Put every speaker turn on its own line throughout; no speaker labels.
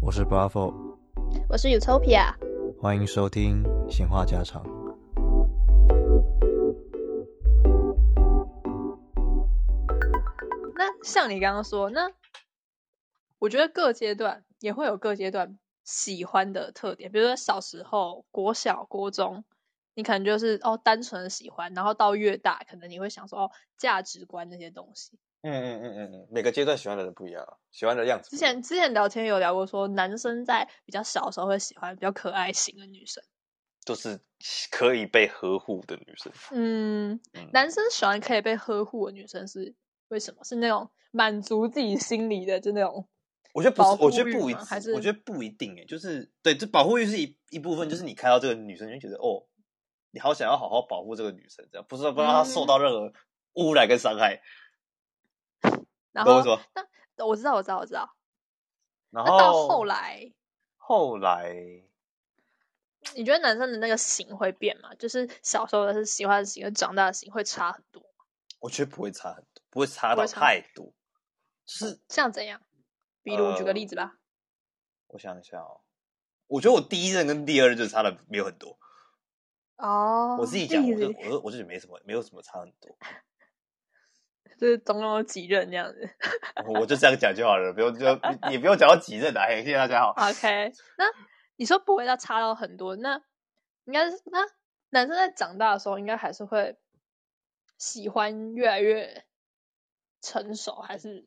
我是 Bravo，
我是 Utopia。
欢迎收听《闲话家常》。
那像你刚刚说，那我觉得各阶段也会有各阶段喜欢的特点，比如说小时候国小、国中，你可能就是哦单纯的喜欢，然后到越大，可能你会想说哦价值观那些东西。
嗯嗯嗯嗯嗯，每个阶段喜欢的人不一样啊，喜欢的样子
之
不一样。
前之前聊天有聊过说，男生在比较小的时候会喜欢比较可爱型的女生，
就是可以被呵护的女生，
嗯，
嗯
男生喜欢可以被呵护的女生是为什么？是那种满足自己心里的，就那种
我觉得不
保
是，
护
我觉得
欲
不一
吗还
致，我
是
觉得不一定诶，欸就是对，这保护欲是一一部分，就是你看到这个女生，你就觉得哦，你好想要好好保护这个女生，这样不是说不让她受
嗯
到任何污染跟伤害，
然
懂
后
我意思吗？
我知道，我知道，我知道。
然
那到
后
后来，
后来，
你觉得男生的那个型会变吗？就是小时候的是喜欢的型，跟长大的型会差很多。
我觉得不会差很多，不会差
不
到
会差
太多，就是
像怎样？比如我举个
呃
例子吧。
我想一下哦，我觉得我第一任跟第二任就差的没有很多，
哦
我自己讲，
例
我就
子
我就我就觉得没什么，没有什么差很多。
就是总共有几任这样子。
我就这样讲就好了，不 用就也不用讲到几任来，谢谢大家
啊
好。
OK，那你说不会到差到很多，那应该是那男生在长大的时候，应该还是会喜欢越来越成熟，还是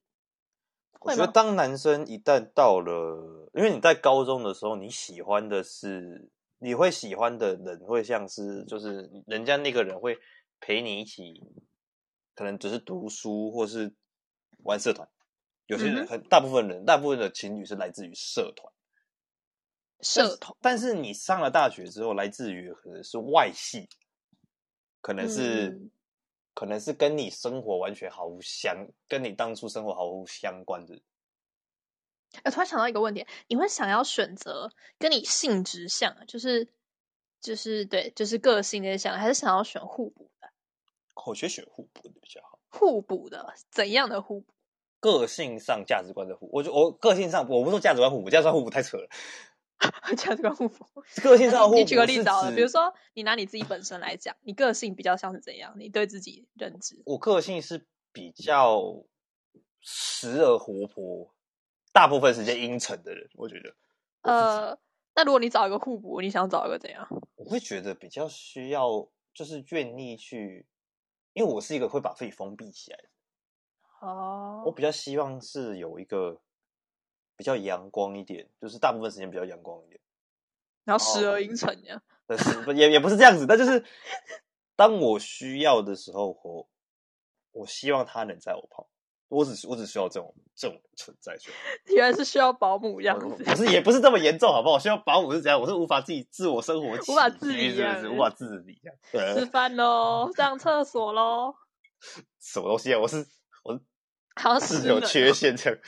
我
会
觉得
吗？
当男生一旦到了，因为你在高中的时候，你喜欢的是你会喜欢的人，会像是就是人家那个人会陪你一起，可能只是读书或是玩社团。有些人
嗯哼
很大部分人，大部分的情侣是来自于社团。
社团
但是你上了大学之后，来自于可能是外系，可能是、
嗯
可能是跟你生活完全毫无相，跟你当初生活毫无相关的。
我呃突然想到一个问题，你会想要选择跟你性质像，就是就是对，就是个性那些像，还是想要选互补的？
我觉得选互补的比较好，
互补的怎样的互补？
个性上价值观的互补，我就我个性上我不是说价值观互补，价值观互补太扯了。
价值观互补。
个性上的互 补
你举个例
是
子好了，
指
比如说你拿你自己本身来讲，你个性比较像是怎样？你对自己认知？
我个性是比较时而活泼，大部分时间阴沉的人，我觉得我自己
呃，那如果你找一个互补，你想找一个怎样？
我会觉得比较需要，就是愿意去，因为我是一个会把自己封闭起来的人，我
哦，
比较希望是有一个比较阳光一点，就是大部分时间比较阳光一点，
然后
哦
时而阴沉这样。
但是不也也不是这样子，但就是当我需要的时候，我我希望他能在我旁，我只我只需要这种这种存在就好。
原来是需要保姆这样
我
子。
不是也不是这么严重，好不好？需要保姆是怎样？我是无法自己自我生活起居，
无法自理
是
啊
不是？无法自理这样，对啊
吃饭喽，上厕所喽，
什么东西啊？我是我是
好像
是
是
有缺陷这样。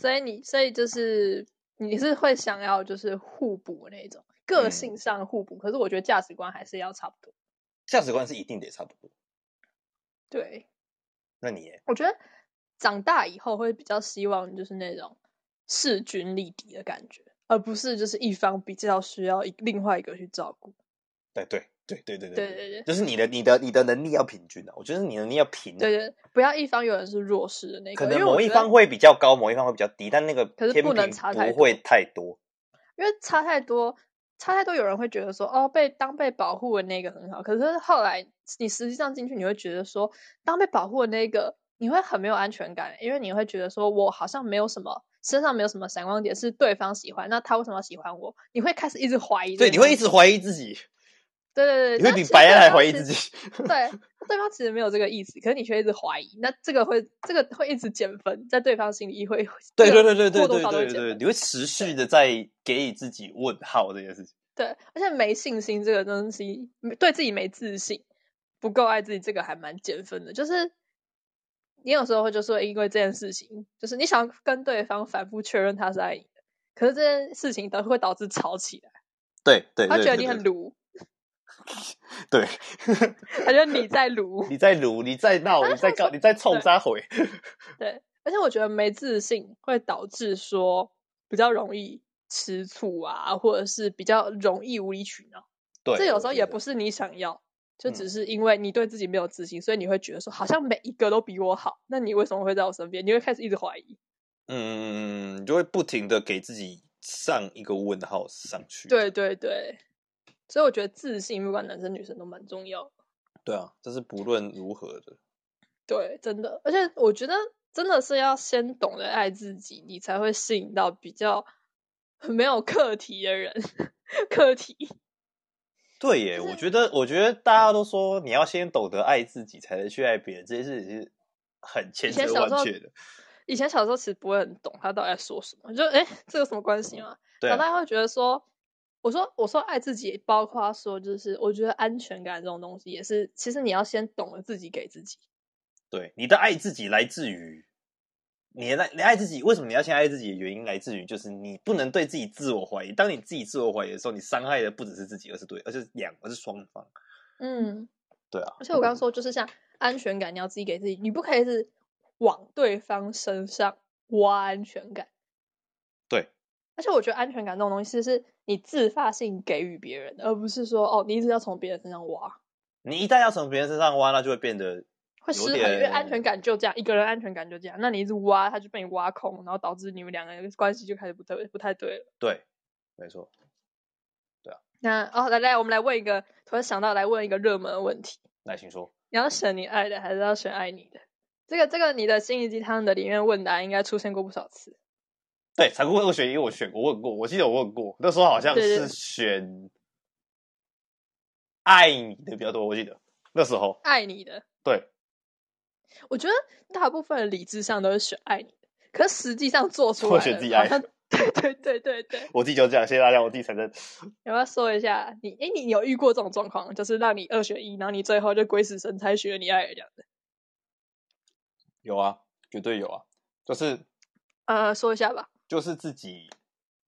所以你，所以就是你是会想要就是互补那一种，个
嗯
性上互补，可是我觉得价值观还是要差不多。
价值观是一定得差不多。
对，
那你耶
我觉得长大以后会比较希望就是那种势均力敌的感觉，而不是就是一方比较需要一另外一个去照顾。
对对对对对
对对对
就是你的你的你的能力要平均的、啊我觉得你的能力要平，啊
对对，不要一方有人是弱势的那个，
可
因为
能
我
某一
觉得
方会比较高，某一方会比较低，但那个
可是
天
不能
平
差太
不会太多。
因为差太多，差太多，有人会觉得说，哦，被当被保护的那个很好，可是后来你实际上进去，你会觉得说，当被保护的那个，你会很没有安全感，因为你会觉得说我好像没有什么。身上没有什么闪光点是对方喜欢，那他为什么要喜欢我？你会开始一直怀疑这件事
对，
情，
你会一直怀疑自己，
对对对，
你会
那
比
其实
白
对
安还
方
怀疑
其
自
实
己。
对，对方其实没有这个意思，可是你却一直怀疑，那这个会这个会一直减分，在对方心里会
对
这个
对对对对
或多
对
少都会
对
减
对，
分
你会持续的在给予自己问号这件事情。
对，而且没信心这个东西，没对自己没自信，不够爱自己，这个还蛮减分的。就是你有时候会就说，因为这件事情，就是你想跟对方反复确认他是爱你的，可是这件事情都会导致吵起来，
对对，
他
对
觉得
对
你很
对
鲁，
对，
他觉得你在鲁，
你在撸，你在闹，你在搞，你在冲
对
杀回。
对，而且我觉得没自信会导致说比较容易吃醋啊，或者是比较容易无理取闹。
对，
这有时候
我觉
也
得
不是你想要，就
嗯
只是因为你对自己没有自信，所以你会觉得说好像每一个都比我好，那你为什么会在我身边？你会开始一直怀疑。
嗯，你就会不停的给自己上一个问号上去。
对对对，所以我觉得自信不管男生女生都蛮重要的。
对啊，这是不论如何的。
对，真的，而且我觉得真的是要先懂得爱自己，你才会吸引到比较没有课题的人。课题，
对耶，
就是
我觉得，我觉得大家都说你要先懂得爱自己，才能去爱别人，这件事情是很千
以前
真
小
万
时候
确的。，
以前小时候其实不会很懂他到底在说什么，就哎，诶这有什么关系吗？
对
然
啊
后，大家会觉得说，我说我说爱自己，包括说就是我觉得安全感这种东西也是，其实你要先懂得自己给自己。
对，你的爱自己来自于你的你爱自己，为什么你要先爱自己的原因来自于就是你不能对自己自我怀疑。当你自己自我怀疑的时候，你伤害的不只是自己，而是对，而是两，而是双方。
嗯，
对啊，
而且我刚刚说就是像安全感，你要自己给自己，你不可以是往对方身上挖安全感。
对，
而且我觉得安全感这种东西是你自发性给予别人的，而不是说哦，你一直要从别人身上挖，
你一旦要从别人身上挖，那就会变得
会
有
失衡。因为
点
安全感就这样，一个人安全感就这样，那你一直挖，他就被你挖空，然后导致你们两个人关系就开始不对，不太对了。
对，没错。
那哦，来来，我们来问一个，突然想到来问一个热门的问题：
耐心说，
你要选你爱的，还是要选爱你的？这个这个，你的心灵鸡汤的里面问答应该出现过不少次。
对，残酷二选一，我选我问过，我记得我问过，那时候好像
对对
是选爱你的比较多，我记得那时候
爱你的，
对
我觉得大部分的理智上都是选爱你的，可实际上做出
会
来
选
的
自己
好
爱
像 对对对对对。
我自己就这样，谢谢大家，我自己承认。
有没有说一下你？哎，你有遇过这种状况，就是让你二选一，然后你最后就鬼使神差选了你爱的这样子？
有啊，绝对有啊，就是
呃，说一下吧，
就是自己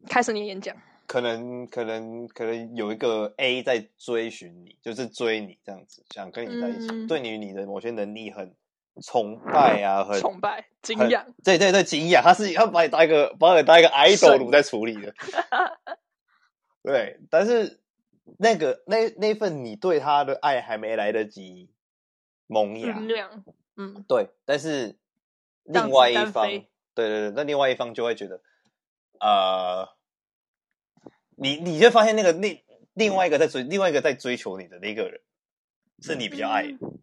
开始你的演讲。
可能可能可能有一个 A 在追寻你，就是追你这样子，想跟你在一起，
嗯
对你你的某些能力很崇拜啊，很
崇拜敬
很
仰，
对对对，敬仰，他是他把你当一个把你当一个 idol
神
奴在处理 的，对，但是那个那那份你对他的爱还没来得及萌芽，
能量，嗯，
对，但是
让
另
子
外一
弹
方，对
飞
对对，那另外一方就会觉得，呃，你你就发现那个另另外一个在追另外一个在追求你的那个人，是你比较爱的，
嗯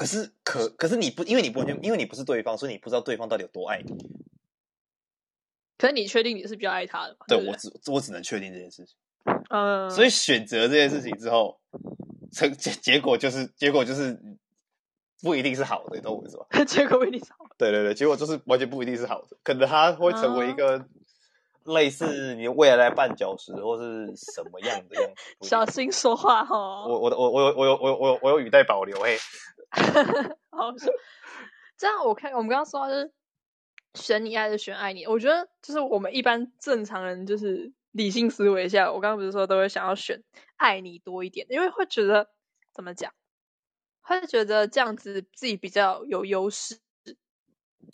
可是可可是你不因为你不因为你不是对方，所以你不知道对方到底有多爱你。
可是你确定你是比较爱他的嘛？
对
对不
我只我只能确定这件事情，
嗯，
所以选择这件事情之后，成结结果就是结果就是不一定是好的，你懂我意思吧？
以 结果为你少。
对对对，结果就是完全不一定是好的，可能他会成
啊
为一个类似你未来绊脚石或是什么样的样子。不一定
小心说话哦。
我我我我有我有我有我有我有语带保留，嘿，
好笑。这样我看我们刚刚说到就是选你爱的选爱你，我觉得就是我们一般正常人就是理性思维下，我刚刚不是说都会想要选爱你多一点，因为会觉得怎么讲，会觉得这样子自己比较有优势，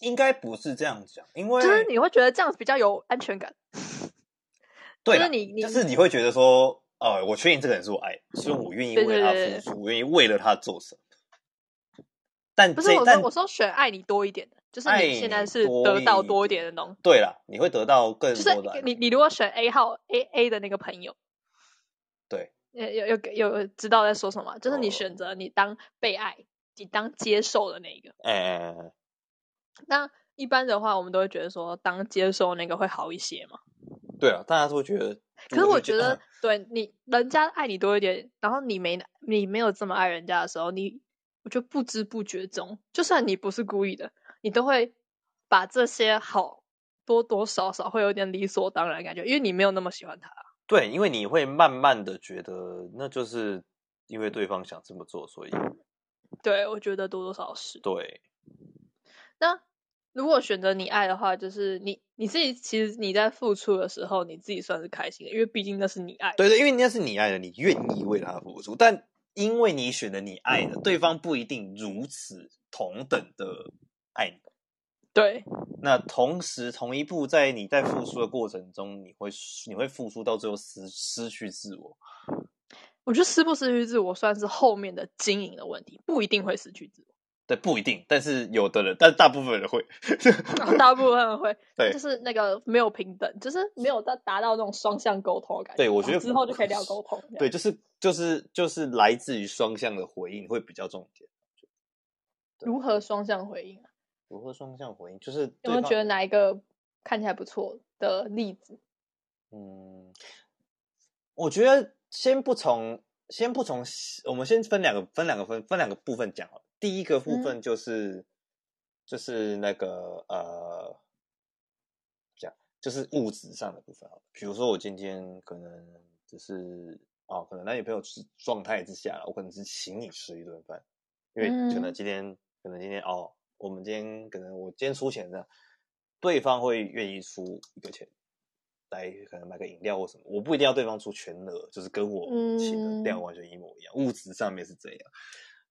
应该不是这样讲，因为
就是你会觉得这样子比较有安全感。
对
就
啦
是你你
就是你会觉得说，呃，我确定这个人是我爱，所以我愿意
对
为
对
他
对
付出，我愿意为了他做什么。但
不
这
是我
但
说我说选爱你多一点的，就是
爱
你现在
你
是
多
得到
一
多一
点
点的东西，
对啦，你会得到更
就是
多的爱
你你如果选 A 号 A A 的那个朋友。呃
对
有有有有知道在说什么吗，就是你
哦
选择你当被爱，你当接受的那一个。
哎哎哎哎
那一般的话，我们都会觉得说当接受那个会好一些嘛。
对啊，大家都会觉得。嗯
可是我觉
就
得，对你人家爱你多一点，然后你没你没有这么爱人家的时候，你我就不知不觉中，就算你不是故意的，你都会把这些好多多少少会有点理所当然的感觉，因为你没有那么喜欢他。
对，因为你会慢慢的觉得，那就是因为对方想这么做，所以
对，我觉得多多少少是。
对
那如果选择你爱的话，就是你你自己，其实你在付出的时候，你自己算是开心的，因为毕竟那是你爱的。
对对，因为那是你爱的，你愿意为他付出，但因为你选了你爱的，对方不一定如此同等的爱你。
对，
那同时同一步，在你在付出的过程中，你会你会付出到最后失失去自我。
我觉得失不失去自我算是后面的经营的问题，不一定会失去自我，
对，不一定，但是有的人，但大部分人会。
然后大部分会
对
就是那个没有平等，就是没有到达到那种双向沟通的感觉。
对我
然
觉
后
得
之后就可以聊沟通。这样
对，就是就是就是来自于双向的回应会比较重点。对
如何双向回应啊？
如何双向回应？就是
有
对
没有
方
觉得哪一个看起来不错的例子？
嗯，我觉得先不从先不从，我们先分两个分两个分分两个部分讲好了。第一个部分就是、就是那个呃，讲就是物质上的部分好了比如说我今天可能只是啊、可能男女朋友是状态之下啦，我可能是请你吃一顿饭，因为可能
嗯
今天、可能今天哦，我们今天可能我今天出钱这样，对方会愿意出一个钱来可能买个饮料或什么，我不一定要对方出全额，就是跟我请的量
嗯
完全一模一样，物质上面是这样。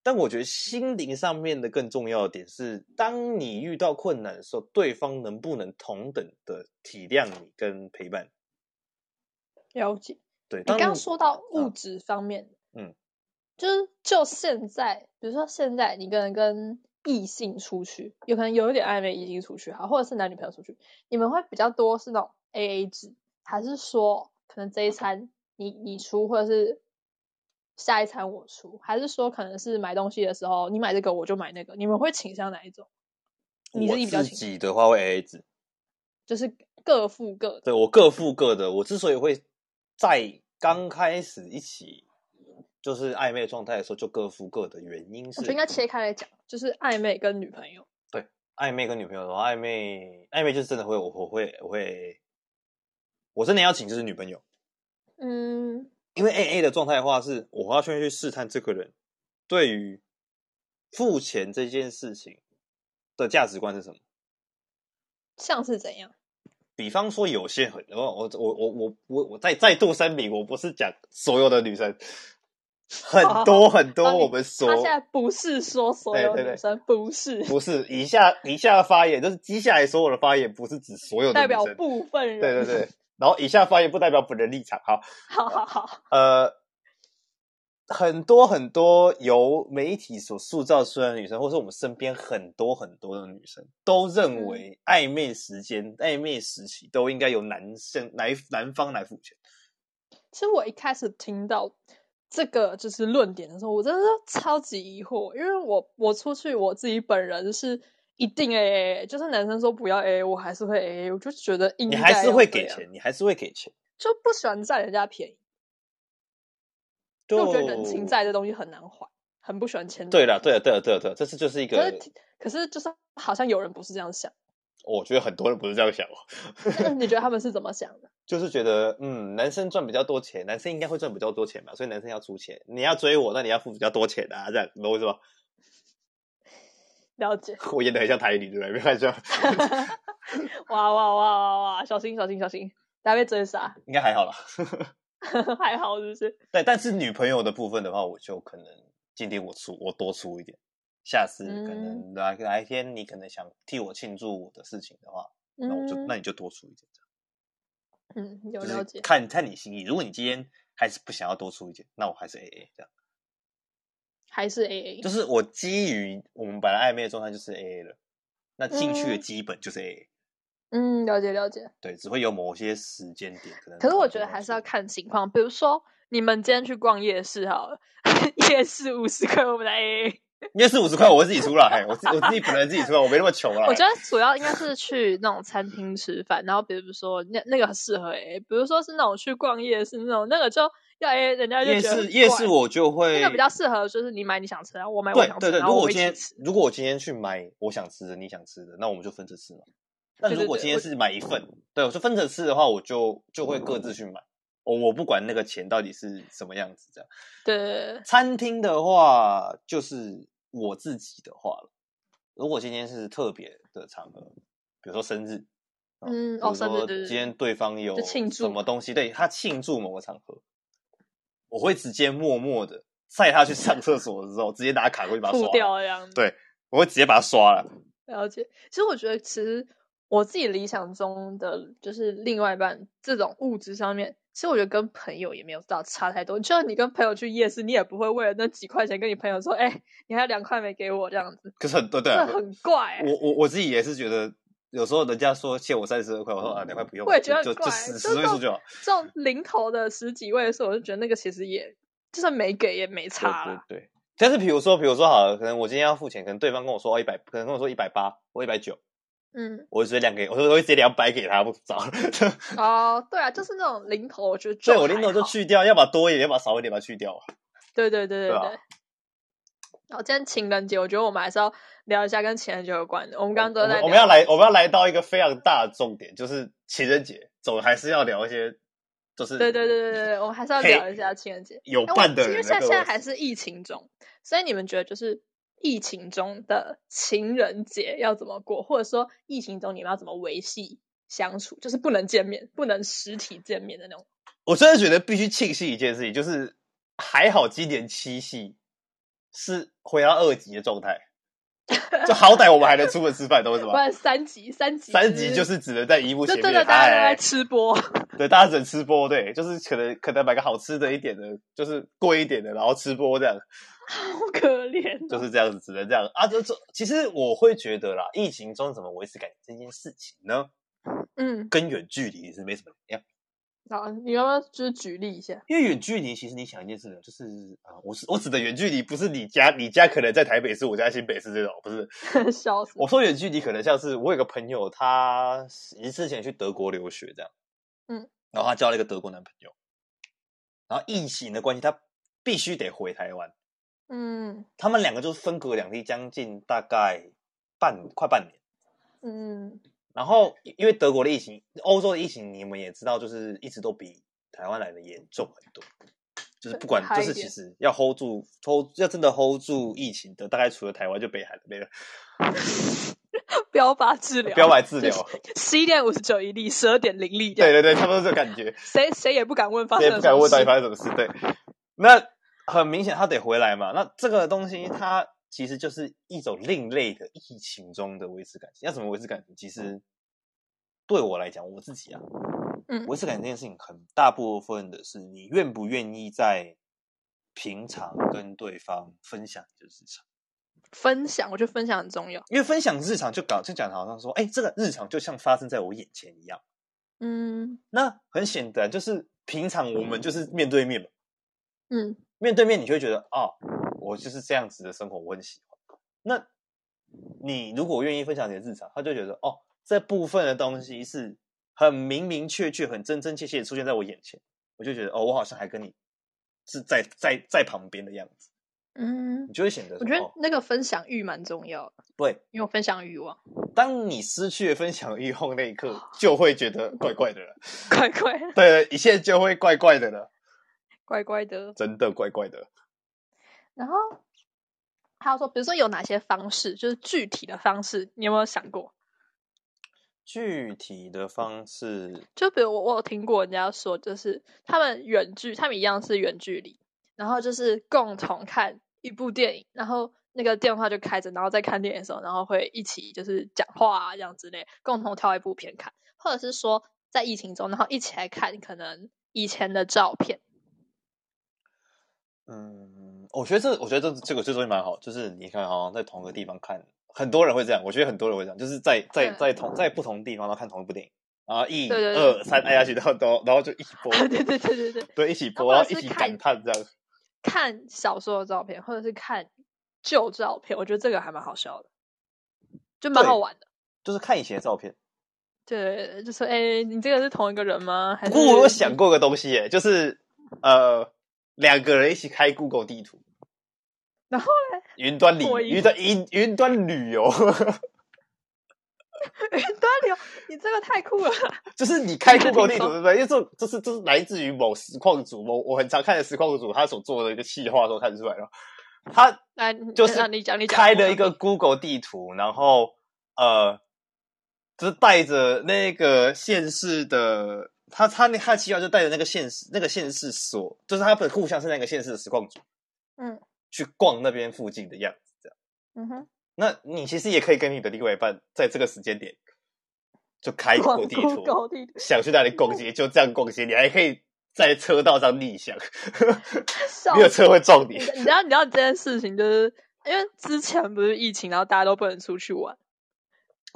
但我觉得心灵上面的更重要的点是，当你遇到困难的时候，对方能不能同等的体谅你跟陪伴？
了解。
对，
你
当
刚刚说到物
啊
质方面，
嗯，
就是就现在，比如说现在你可能跟异性出去，有可能有一点暧昧，异性出去哈，或者是男女朋友出去，你们会比较多是那种 A A 制，还是说可能这一餐你你出，或者是下一餐我出，还是说可能是买东西的时候你买这个我就买那个，你们会倾向哪一种？你
我
自己比较
自
倾向，
己的话会 AA 制，
就是各付各的，
对我各付各的。我之所以会在刚开始一起就是暧昧状态的时候就各付各的原因
我
是
觉得应该切开来讲，就是暧昧跟女朋友。
暧昧跟女朋友的话，暧昧暧昧就是真的会我我会我会我真的要请就是女朋友，
嗯，
因为 A A 的状态的话是，我要先去试探这个人对于付钱这件事情的价值观是什么。
像是怎样？
比方说，有些很我我我我我我我再再度声明，我不是讲所有的女生，很多很多
帮哦你
我们所哎
他现在不是说所有
对对对
女生不是，
不是以下以下的发言，就是接下来所有的发言不是指所有的
代
女
表
生，
部分 人。
对对，对，然后以下发言不代表本人立场，好，
好好好，
呃，很多很多由媒体所塑造出来的女生，或是我们身边很多很多的女生，都认为
嗯
暧昧时间、暧昧时期都应该由男生、男男方来付钱。
其实我一开始听到这个就是论点的时候，我真的是超级疑惑，因为我我出去我自己本人是。一定 A A，就是男生说不要 A A，我还是会 A A，我就觉得应
你
该啊
还是
要
会
这
给
样，
钱，你还是会给钱。
就不喜欢占人家便宜，
就
因为我觉得人情债这东西很难还，很不喜欢欠。
对了，对了，对了，对了，对了，这次就是一
可
个
是，可是就是好像有人不是这样想，
我觉得很多人不是这样想哦，
那你觉得他们是怎么想的？
就是觉得嗯，男生赚比较多钱，男生应该会赚比较多钱吧，所以男生要出钱。你要追我，那你要付比较多钱啊，这样，你懂我意思吧？
了解，
我演的很像台女，对不 对？没关系吧，啊
哇哇哇哇哇！小心小心小心，大家被追杀，
应该还好啦。
还好是不是？
对，但是女朋友的部分的话，我就可能今天我出，我多出一点。下次可
嗯
能哪哪一天你可能想替我庆祝我的事情的话，那我就
嗯
那你就多出一点，
嗯，有
这
了
样
解
就是。看看你心意。如果你今天还是不想要多出一点，那我还是 A A 这样。
还是 A A，
就是我基于我们本来暧昧的状态就是 A A 了，那进去的
嗯
基本就是 A A，、
嗯，了解了解。
对，只会有某些时间点可能。
可是我觉得还是要看情况，比如说你们今天去逛夜市好了， 夜市五十块我们来 A A，
因为是五十块，我会自己出来，我自我自己本人自己出来，我没那么穷啦。
我觉得主要应该是去那种餐厅吃饭，然后比如说那那个很适合 A A，比如说是那种去逛夜市那种，那个就要 A A，人家就
夜
觉得
市
很
夜
怪
市我就会
那个比较适合，就是你买你想吃，然后我买我
对
想吃，
对对，
然后
如果
我
我
们一
今
起
天
吃。
如果我今天去买我想吃的，你想吃的，那我们就分着吃嘛。但
对
如
对
果
对
今天
我
是买一份，对，我说分着吃的话，我就就会各自去买。我我不管那个钱到底是什么样子，这样。
对对对，对
餐厅的话，就是我自己的话了。如果今天是特别的场合，比如说生日，啊
嗯
比
哦
如
生日
说
对对对
今天对方有
就庆祝
什么东西，对他庆祝某个场合，我会直接默默的在他去上厕所的时候，直接拿卡过去把他
付
刷了
掉这样子。
对我会直接把它刷了。
了解。其实我觉得，其实我自己理想中的就是另外一半这种物质上面，其实我觉得跟朋友也没有到差太多。就像你跟朋友去夜市，你也不会为了那几块钱跟你朋友说：“哎、你还有两块没给我。”这样子，
可是很多对
这
啊，
很怪、欸。
我我我自己也是觉得，有时候人家说欠我三十二块，我说啊两块不用，
我也觉
就
得很
就就
怪，
十
就
十
是
位数就好。
这种零头的十几位数，我就觉得那个其实也就算没给也没差
对对
啦。
对。但是比如说，比如说好了，可能我今天要付钱，可能对方跟我说哦一百，可能跟我说一百八或一百九，
嗯，
我就直接两给，我说我会直接两百给他，不找。
哦，对啊，就是那种零头，我觉得
所以
就
我零
还
头就
好
去掉，要把多一点，要把少一点，把它去掉。啊
对对对
对
对
啊
对。然后今天情人节，我觉得我们还是要聊一下跟情人节有关的。我们刚刚都
我
在
们
聊
我们要来，我们要来到一个非常大的重点，就是情人节，总还是要聊一些，就是
对对对对对，我们还是要
嘿
聊一下情人节。
有
哎我
伴的
因为
人。啊
现在
各
现
位
在还是疫情中，所以你们觉得就是疫情中的情人节要怎么过，或者说疫情中你们要怎么维系相处，就是不能见面，不能实体见面的那种。
我真的觉得必须庆幸一件事情，就是还好今年七夕是回到二级的状态， 就好歹我们还能出门吃饭，懂我意思
不
吗？
然三级三级
三级就是只能在荧幕
就
前
真
面
的大家都在
嗨，
吃播，
对，大家只能吃播，对，就是可能可能买个好吃的一点的，就是贵一点的，然后吃播这样，
好可怜 哦、
就是这样子，只能这样啊。这这其实我会觉得啦，疫情中怎么维持感情这件事情呢，
嗯，
跟远距离是没什么两样。
好，你要不要就是举例一下？
因为远距离，其实你想一件事情，就是啊、呃我是我指的远距离，不是你家，你家可能在台北市，我家新北市这种，不是。
笑死！
我说远距离，可能像是我有个朋友，他一之前去德国留学这样，
嗯，
然后他交了一个德国男朋友，然后疫情的关系，他必须得回台湾，
嗯
他们两个就是分隔两地将近大概半快半年。
嗯，
然后因为德国的疫情，欧洲的疫情，你们也知道，就是一直都比台湾来的严重很多。就是不 管，
嗨
就
一
是其
点
实要 hold 住，hold 要真的 hold 住疫情的，大概除了台湾就北海了，没了。
标靶治疗，
标靶治疗，
十一点五十九一例，十二点零例，
对，对对，差不多这个感觉，
谁谁也不敢问发
谁也
生了
不敢
什么
问到底
事。
发生什么事。对，那很明显他得回来嘛。那这个东西它其实就是一种另类的疫情中的维持感情。要怎么维持感情？其实对我来讲，我自己啊，
嗯
维持感情这件事情，很大部分的是你愿不愿意在平常跟对方分享你的日常，
分享，我觉得分享很重要。
因为分享日常就搞就讲得好像说，哎，这个日常就像发生在我眼前一样。
嗯
那很显然就是平常我们就是面对面嘛，
嗯，
面对面你就会觉得啊、我就是这样子的生活，我很喜欢。那你如果愿意分享你的日常，他就觉得哦，这部分的东西是很明明确确、很真真切切的出现在我眼前，我就觉得哦，我好像还跟你是在在在旁边的样子，
嗯
你，就会显得
我觉得
哦，
那个分享欲蛮重要的，
对，
因为我分享欲 望，
当你失去了分享欲后那一刻， 就会觉得怪怪的了，
乖乖
对，一切就会怪怪的了，
乖乖的。
真的怪怪的。
然后还有说，比如说有哪些方式，就是具体的方式，你有没有想过？
具体的方式，
就比如我我有听过人家说，就是他们远距，他们一样是远距离，然后就是共同看一部电影，然后那个电话就开着，然后在看电影的时候，然后会一起就是讲话啊这样之类，共同挑一部片看，或者是说在疫情中，然后一起来看可能以前的照片，
嗯，我觉得这，我觉得这这个这东西蛮好，就是你看，好像在同一个地方看，很多人会这样，我觉得很多人会这样，就是在在
嗯
在同在不同地方然后看同一部电影，然后一
对对对
二三按下去，然后然后然后就一起播，
对对对对对，
对，一起播，
或
然
者
后一
是
起
看
感叹这样。
看小说的照片，或者是看旧照片，我觉得这个还蛮好笑的，就蛮
对
好玩的。
就是看以前的照片，
对，就说哎、你这个是同一个人吗？还
不
是
过我有想过个东西耶，就是呃，两个人一起开 Google 地图，
然后
呢，云端旅
我一
云端云云端旅游，
云端流，你这个太酷了！
就是你开
这个
Google 地
听
图，
说
对不对？因为这种这是这是来自于某实况组，某我很常看的实况组他所做的一个企划都看出来了。他
来，
就是
让你讲，你讲
开
我
了
想
一个 Google 地图，然后呃，就是带着那个县市的他他那他的企划就带着那个县市那个县市所，就是他们互相是那个县市的实况组
嗯
去逛那边附近的样子，这样。
嗯哼，
那你其实也可以跟你的另外一半在这个时间点就开
广
过地
度
图，
高地图，
想去哪里逛街就这样逛街，你还可以在车道上逆向，
笑
没有车会撞
你
你
知。你知道，你知道这件事情，就是因为之前不是疫情，然后大家都不能出去玩，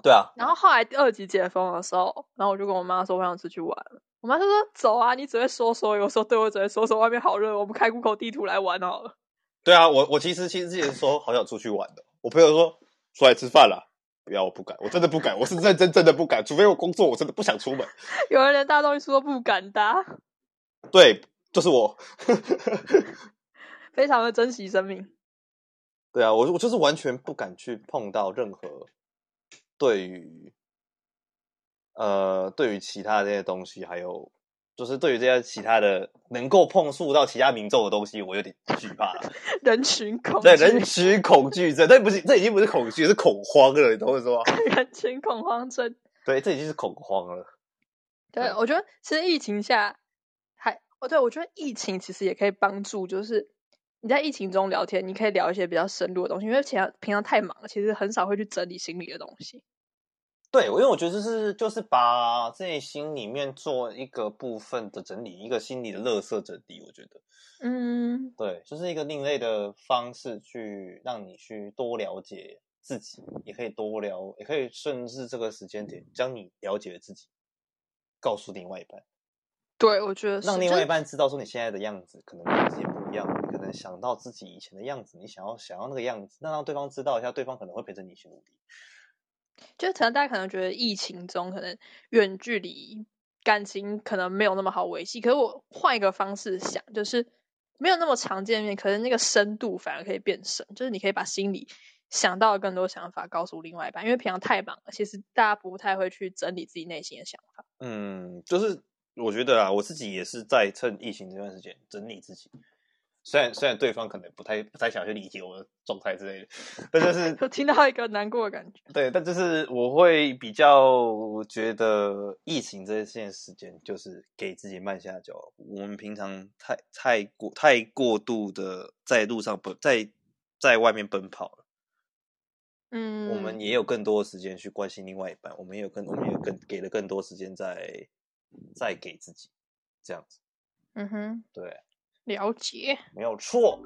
对啊，
然后后来第二级解封的时候，然后我就跟我妈说我想出去玩了，我妈就说走啊，你只会说说，我说对，我只会说说，外面好热，我们开 Google 地图来玩好了。
对啊，我我其实其实之前说好想出去玩的，我朋友说出来吃饭啦。不要，我不敢，我真的不敢，我是认真真的不敢，除非我工作，我真的不想出门。
有人连大东西说不敢搭，
对，就是我。
非常的珍惜生命。
对啊，我我就是完全不敢去碰到任何对于呃对于其他的这些东西，还有就是对于这些其他的能够碰触到其他民众的东西，我有点惧怕了。
人群恐
对，
惧
人群恐惧症，但不是这已经不是恐惧，是恐慌了，你懂我意思吗？
人群恐慌症。
对，这已经是恐慌了。
对，
对
我觉得其实疫情下还哦，对我觉得疫情其实也可以帮助，就是你在疫情中聊天，你可以聊一些比较深入的东西，因为平常平常太忙了，其实很少会去整理心里的东西。
对，我因为我觉得就是就是把自己心里面做一个部分的整理，一个心理的垃圾整理，我觉得。
嗯，
对，就是一个另类的方式去让你去多了解自己，也可以多了，也可以顺至这个时间点，将你了解的自己告诉另外一半，
对，我觉得是
让另
就
外
是
一半知道说你现在的样子可能跟自己不一样，你可能想到自己以前的样子，你想要想要那个样子，那让对方知道一下，对方可能会陪着你一起努力。
就是可能大家可能觉得疫情中可能远距离感情可能没有那么好维系，可是我换一个方式想，就是没有那么常见面，可是那个深度反而可以变深，就是你可以把心里想到的更多想法告诉另外一半，因为平常太忙了，其实大家不太会去整理自己内心的想法。
嗯，就是我觉得啊，我自己也是在趁疫情这段时间整理自己。虽然虽然对方可能不太不太想去理解我的状态之类的，但就是
就听到一个难过的感觉，
对，但就是我会比较觉得疫情这件事件，就是给自己慢下脚步。我们平常太太过太过度的在路上奔，在在外面奔跑了，
嗯，
我们也有更多的时间去关心另外一半，我们也有更我们也有更给了更多时间在在给自己，这样子
嗯哼
对，
了解。
没有错。